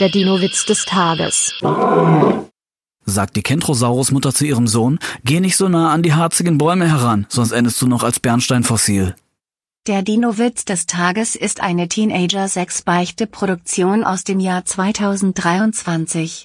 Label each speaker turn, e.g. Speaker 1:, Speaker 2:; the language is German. Speaker 1: Der Dino-Witz des Tages.
Speaker 2: Sagt die Kentrosaurus-Mutter zu ihrem Sohn, geh nicht so nah an die harzigen Bäume heran, sonst endest du noch als Bernsteinfossil.
Speaker 3: Der Dino-Witz des Tages ist eine Teenager-6-Beichte-Produktion aus dem Jahr 2023.